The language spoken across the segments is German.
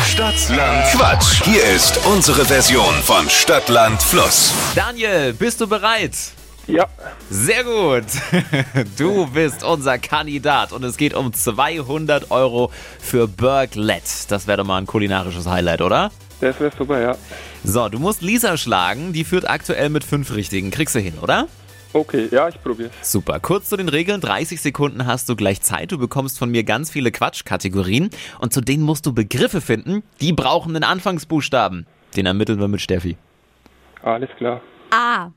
Stadtland Quatsch. Hier ist unsere Version von Stadtland Fluss. Daniel, bist du bereit? Ja, Sehr gut. Du bist unser Kandidat und es geht um 200 Euro für Burglet. Das wäre doch mal ein kulinarisches Highlight, oder? das wäre super, ja. So, du musst Lisa schlagen. Die führt aktuell mit fünf Richtigen. Kriegst du hin, oder? Okay, ja, ich probier's. Super. Kurz zu den Regeln. 30 Sekunden hast du gleich Zeit. Du bekommst von mir ganz viele Quatschkategorien und zu denen musst du Begriffe finden. Die brauchen einen Anfangsbuchstaben. Den ermitteln wir mit Steffi. Alles klar. A.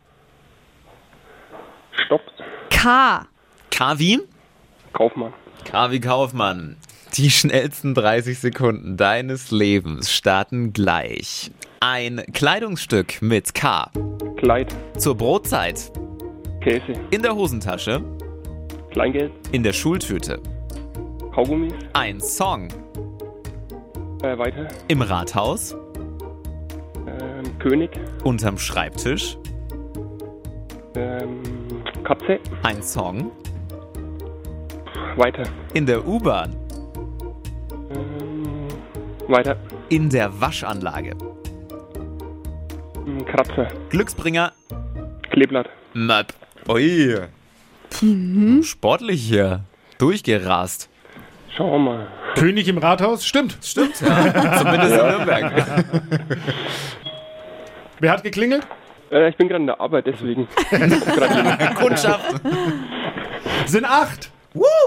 Stopp. K. K wie? Kaufmann. Kavi Kaufmann. Die schnellsten 30 Sekunden deines Lebens starten gleich. Ein Kleidungsstück mit K. Kleid. Zur Brotzeit. Käse. In der Hosentasche. Kleingeld. In der Schultüte. Kaugummis. Ein Song. Äh, weiter. Im Rathaus. Ähm, König. Unterm Schreibtisch. Ähm, Katze. Ein Song. Weiter. In der U-Bahn. Ähm, weiter. In der Waschanlage. Ähm, Kratzer. Glücksbringer. Kleeblatt. Möp. Ui. Sportlich hier. Durchgerast. Schauen wir mal. König im Rathaus? Stimmt. Stimmt. Ja. Zumindest in Nürnberg. Wer hat geklingelt? Äh, ich bin gerade in der Arbeit, deswegen. Kundschaft. Sind acht.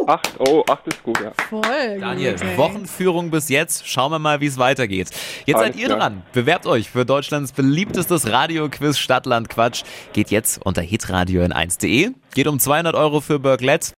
Acht. Oh, acht ist gut, ja. Voll. Daniel, gut, ey. Wochenführung bis jetzt. Schauen wir mal, wie es weitergeht. Jetzt Alles seid ihr klar. dran. Bewerbt euch für Deutschlands beliebtestes Radioquiz Stadtland Quatsch. Geht jetzt unter hitradio in 1.de. Geht um 200 Euro für Berglet.